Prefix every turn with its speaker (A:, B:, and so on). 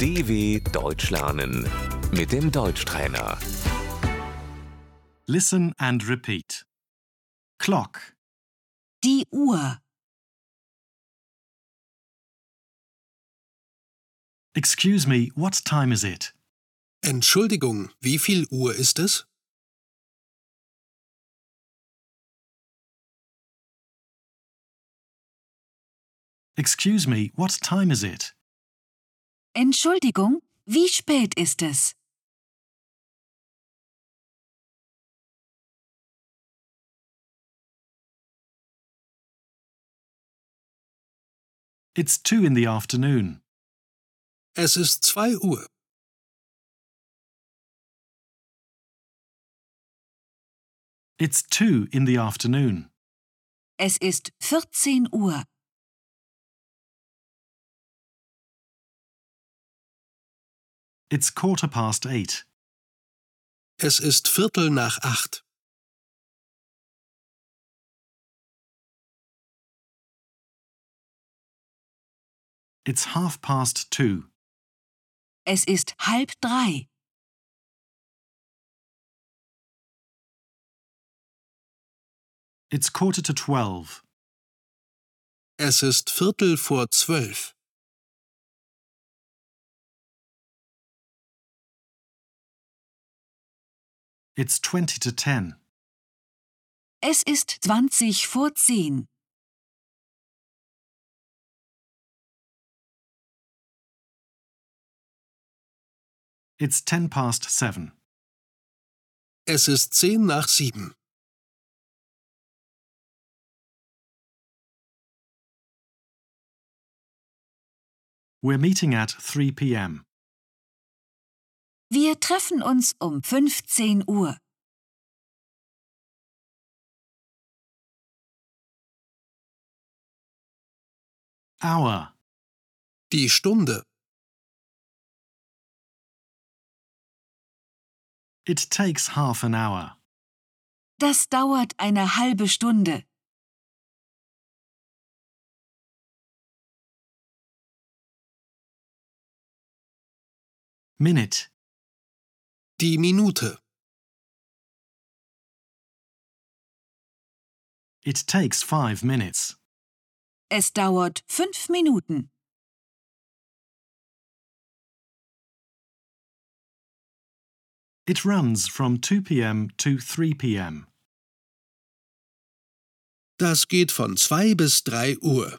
A: DW Deutsch lernen mit dem Deutschtrainer.
B: Listen and repeat. Clock,
C: Die Uhr,
B: excuse me, what time is it?
D: Entschuldigung, wie viel Uhr ist es?
B: Excuse me, what time is it?
C: Entschuldigung, wie spät ist es?
B: It's two in the afternoon.
D: Es ist zwei Uhr.
B: It's two in the afternoon.
C: Es ist 14 Uhr.
B: It's quarter past eight.
D: Es ist Viertel nach acht.
B: It's half past two.
C: Es ist halb drei.
B: It's quarter to twelve.
D: Es ist Viertel vor zwölf.
B: It's twenty to ten.
C: Es ist 20 vor 10.
B: It's ten past seven.
D: Es ist zehn nach sieben.
B: We're meeting at 3 p.m.
C: Wir treffen uns um 15 Uhr.
B: Hour.
D: Die Stunde.
B: It takes half an hour.
C: Das dauert eine halbe Stunde.
B: Minute.
D: Die Minute.
B: It takes five minutes.
C: Es dauert fünf Minuten.
B: It runs from 2 p.m. to 3 p.m.
D: Das geht von zwei bis drei Uhr.